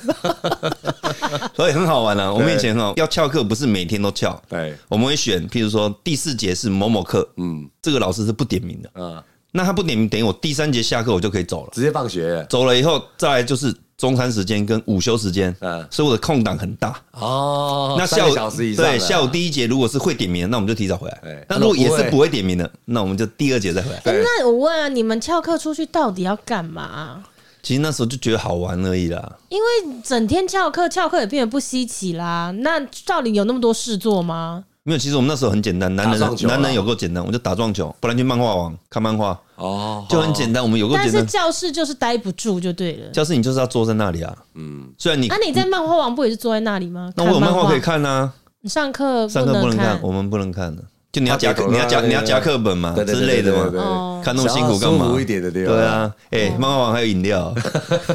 Speaker 1: 所以很好玩啊。我们以前哦，要翘课不是每天都翘，
Speaker 3: 对
Speaker 1: 我们会选，譬如说第四节是某某课，嗯，这个老师是不点名的，
Speaker 3: 嗯，
Speaker 1: 那他不点名，等于我第三节下课我就可以走了。
Speaker 3: 直接放学
Speaker 1: 走了以后，再来就是中餐时间跟午休时间，
Speaker 3: 嗯
Speaker 1: 所以我的空档很大。
Speaker 3: 哦。
Speaker 1: 那
Speaker 3: 三
Speaker 1: 下
Speaker 3: 个
Speaker 1: 午
Speaker 3: 小时以上了，
Speaker 1: 对下午第一节如果是会点名的，那我们就提早回
Speaker 3: 对
Speaker 1: 来；那如果也
Speaker 3: 那如果不
Speaker 1: 是
Speaker 3: 会
Speaker 1: 不会点名的，那我们就第二节再回来。
Speaker 2: 哎、
Speaker 3: 对
Speaker 2: 那我问啊，你们翘课出去到底要干嘛？
Speaker 1: 其实那时候就觉得好玩而已啦。
Speaker 2: 因为整天翘课，翘课也变得不稀奇啦。那到底有那么多事做吗？
Speaker 1: 没有，其实我们那时候很简单，男
Speaker 3: 打撞
Speaker 1: 人
Speaker 3: 球啊
Speaker 1: 男人有够简单，我就打撞球，不然去漫画网看漫画，
Speaker 3: 哦，
Speaker 1: 就很简单。我们有够
Speaker 2: 但
Speaker 1: 简
Speaker 2: 是
Speaker 1: 单，
Speaker 2: 教室就是待不住就对了。
Speaker 1: 教室你就是要坐在那里啊。嗯，虽然你
Speaker 2: 那、你在漫画王不也是坐在那里吗？
Speaker 1: 那我有
Speaker 2: 看
Speaker 1: 漫
Speaker 2: 画
Speaker 1: 画可以，看啊，
Speaker 2: 你上课
Speaker 1: 上课不能
Speaker 2: 看
Speaker 1: 看，我们不能看的，就你要夹
Speaker 3: 他
Speaker 1: 克，
Speaker 3: 给我
Speaker 1: 你要夹
Speaker 3: 那个
Speaker 1: 你要夹课本嘛
Speaker 3: 啊对对
Speaker 1: 之
Speaker 3: 对
Speaker 1: 类的
Speaker 3: 对对
Speaker 1: 嘛，
Speaker 3: 对
Speaker 2: 哦。
Speaker 1: 看那么辛苦干
Speaker 3: 想要
Speaker 1: 嘛？
Speaker 3: 舒服一点的地方嗯
Speaker 1: 对啊，哎，漫画网还有饮料，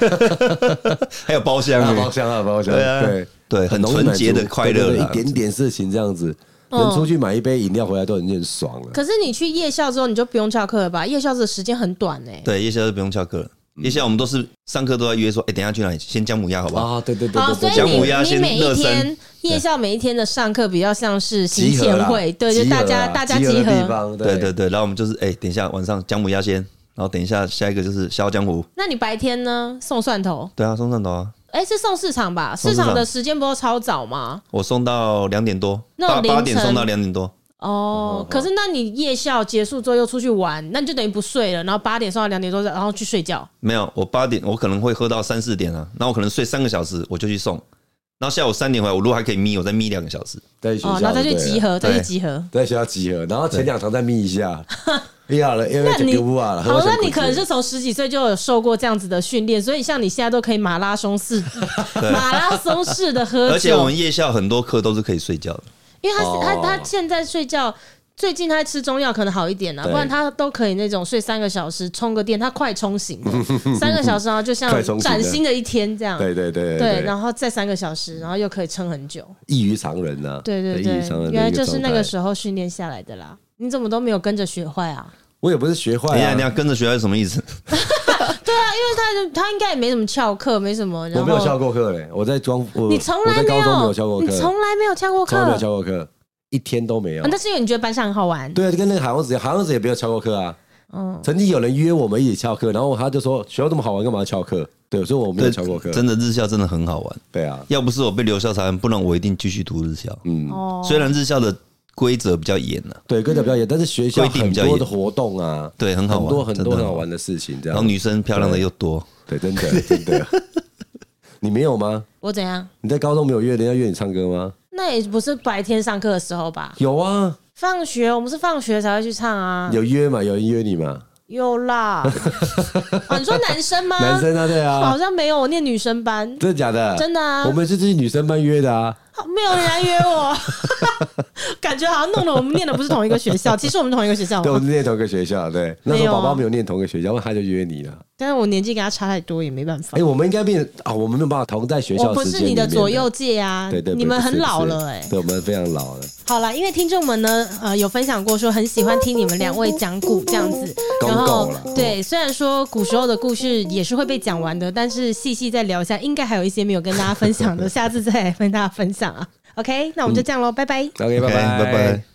Speaker 1: 还有包厢
Speaker 3: 啊，
Speaker 1: 欸
Speaker 3: 包厢啊，包厢，
Speaker 1: 对啊
Speaker 3: 对
Speaker 1: 对很
Speaker 3: 容易满足
Speaker 1: 纯洁的快乐啦
Speaker 3: 对对对一点点事情这样子，能出去买一杯饮料回来都已经很爽了。
Speaker 2: 嗯可是你去夜校之后，你就不用翘课了吧？夜校的时间很短哎、
Speaker 1: 对，夜宵就不用翘课了。
Speaker 3: 嗯
Speaker 1: 夜宵我们都是上课都在约说，哎、等一下去哪里？先姜母鸭好不好？
Speaker 3: 啊，对对对
Speaker 2: 好，所
Speaker 3: 对
Speaker 2: 以
Speaker 1: 姜
Speaker 2: 你
Speaker 1: 母鸭
Speaker 2: 你
Speaker 1: 先
Speaker 2: 每一
Speaker 1: 热身
Speaker 2: 天夜校每一天的上课比较像是行
Speaker 3: 集合
Speaker 2: 前
Speaker 3: 啦
Speaker 2: 会，对，就
Speaker 3: 集合
Speaker 2: 大家
Speaker 3: 啦
Speaker 2: 大家
Speaker 3: 集
Speaker 2: 集
Speaker 3: 合的地
Speaker 2: 合。
Speaker 3: 方，
Speaker 1: 对对对，然后我们就是，哎、等一下晚上姜母鸭先，然后等一下下一个就是《笑傲江湖》，
Speaker 2: 那你白天呢？送蒜头？
Speaker 1: 对啊，送上头啊，
Speaker 2: 哎、是送市场吧？
Speaker 1: 送市
Speaker 2: 市
Speaker 1: 场
Speaker 2: 场的时间不都超早吗？
Speaker 1: 我送到两点多，
Speaker 2: 那
Speaker 1: 八
Speaker 2: 种
Speaker 1: 八
Speaker 2: 凌
Speaker 1: 点
Speaker 2: 晨
Speaker 1: 送到两点多，
Speaker 2: 哦，可是那你夜校结束之后又出去玩，那你就等于不睡了，然后八点送到两点多，然后去睡觉。
Speaker 1: 没有，我八点我可能会喝到三四点啊，那我可能睡三个小时我就去送，然后下午三点回来，我如果还可以眯，我再眯两个小时，
Speaker 3: 在学校
Speaker 2: 哦，然后再去
Speaker 3: 对了
Speaker 2: 集合，再去
Speaker 1: 对
Speaker 2: 集合。
Speaker 3: 在学校集合，然后前两堂再眯 一下，不要了，因为
Speaker 2: 那
Speaker 3: 就
Speaker 2: 你
Speaker 3: 丢啊不完了。
Speaker 2: 好，那你可能
Speaker 3: 是
Speaker 2: 是从十几岁就有受过这样子的训练，所以像你现在都可以马拉松式、马拉松式的喝酒。
Speaker 1: 而且我们夜校很多课都是可以睡觉的，
Speaker 2: 因为他是、
Speaker 3: 哦
Speaker 2: 他他现在睡觉，最近他吃中药可能好一点了、
Speaker 3: 对
Speaker 2: 不然他都可以那种睡三个小时充个电，他快充型的，三个小时然后就像
Speaker 3: 快充型的
Speaker 2: 崭新的一天这样。
Speaker 3: 对对
Speaker 2: 对，
Speaker 3: 对对，
Speaker 2: 然后再三个小时，然后又可以撑很久。
Speaker 3: 异于常人呐，
Speaker 2: 对对
Speaker 3: 异于
Speaker 2: 对
Speaker 3: 常人，的一
Speaker 2: 原来就
Speaker 3: 状
Speaker 2: 是那个
Speaker 3: 态
Speaker 2: 时候训练下来的啦。你怎么都没有跟着学坏啊？
Speaker 3: 我也不是学
Speaker 1: 等
Speaker 3: 坏
Speaker 1: 一下
Speaker 3: 啊
Speaker 1: 你，要跟着学是什么意思？
Speaker 2: 他他应该也没怎么翘课，没什么。然
Speaker 3: 我
Speaker 2: 后
Speaker 3: 没有翘过课嘞，我在装，我
Speaker 2: 你从来
Speaker 3: 我在
Speaker 2: 没
Speaker 3: 高中没
Speaker 2: 有，
Speaker 3: 有翘过课，
Speaker 2: 你从来没有翘过课
Speaker 3: 从来没有翘过课，一天都没有
Speaker 2: 啊。那是因为你觉得班上很好玩。
Speaker 3: 对啊，就跟那个韩王子，韩王子也没有翘过课啊。
Speaker 2: 嗯，
Speaker 3: 曾经有人约我们一起翘课，然后他就说学校这么好玩，干嘛要翘课？对，所以我没有翘过课。
Speaker 1: 真的日校真的很好玩，
Speaker 3: 对啊，
Speaker 1: 要不是我被留校裁判，不然我一定继续读日校。
Speaker 3: 嗯，
Speaker 2: 哦，
Speaker 1: 虽然日校的规则比较严啊，
Speaker 3: 对，规则
Speaker 2: 嗯
Speaker 3: 比较严，但是学校
Speaker 1: 规定
Speaker 3: 很
Speaker 1: 比较
Speaker 3: 多
Speaker 1: 严
Speaker 3: 的活动啊，
Speaker 1: 对很好玩
Speaker 3: 很多很
Speaker 1: 真的
Speaker 3: 多
Speaker 1: 很
Speaker 3: 很
Speaker 1: 好
Speaker 3: 好玩的事情，这
Speaker 1: 然后
Speaker 3: 样。
Speaker 1: 女生漂亮的又多，
Speaker 3: 对，真的真的。 你没有吗？
Speaker 2: 我怎样？
Speaker 3: 你在高中没有约人家约你唱歌吗？
Speaker 2: 那也不是白天上课的时候吧？
Speaker 3: 有啊，
Speaker 2: 放学我们是放学才会去唱啊，
Speaker 3: 有约嘛，有人约你嘛？
Speaker 2: 有啦。 哦，你说男生吗？
Speaker 3: 男生啊，对啊
Speaker 2: 好，像没有，我念女生班，
Speaker 3: 真的假的？
Speaker 2: 真的啊
Speaker 3: 我们是自己女生班约的啊。
Speaker 2: 没有人来约 我，感觉好像弄得我们念的不是同一个学 校，其实我们同一个学校
Speaker 3: 对，我
Speaker 2: 嘛，
Speaker 3: 们是念同一个学校，对。那时
Speaker 2: 哦没有
Speaker 3: 候
Speaker 2: 啊
Speaker 3: 宝宝没有念同一个学校，他就约你了。
Speaker 2: 但是我年纪跟他差太多，也没办法
Speaker 3: 哎，。我们应该变啊，我们没有办法同在学校。
Speaker 2: 我不是你的左。右界啊，
Speaker 3: 对对，对
Speaker 2: 你们
Speaker 3: 不是
Speaker 2: 很老
Speaker 3: 不是
Speaker 2: 了哎、
Speaker 3: 对，我们非常老了。
Speaker 2: 好啦，因为听众们呢，呃，有分享过说很喜欢听你们两位讲古这样子，
Speaker 3: 公
Speaker 2: 然后
Speaker 3: 狗啦
Speaker 2: 对，虽然说古时候的故事也是会被讲完的，但是细细再聊一下，应该还有一些没有跟大家分享的，下次再来跟大家分享啊。OK，那我们就这样喽，拜拜。
Speaker 3: OK，
Speaker 1: OK，
Speaker 3: 拜拜
Speaker 1: 拜拜。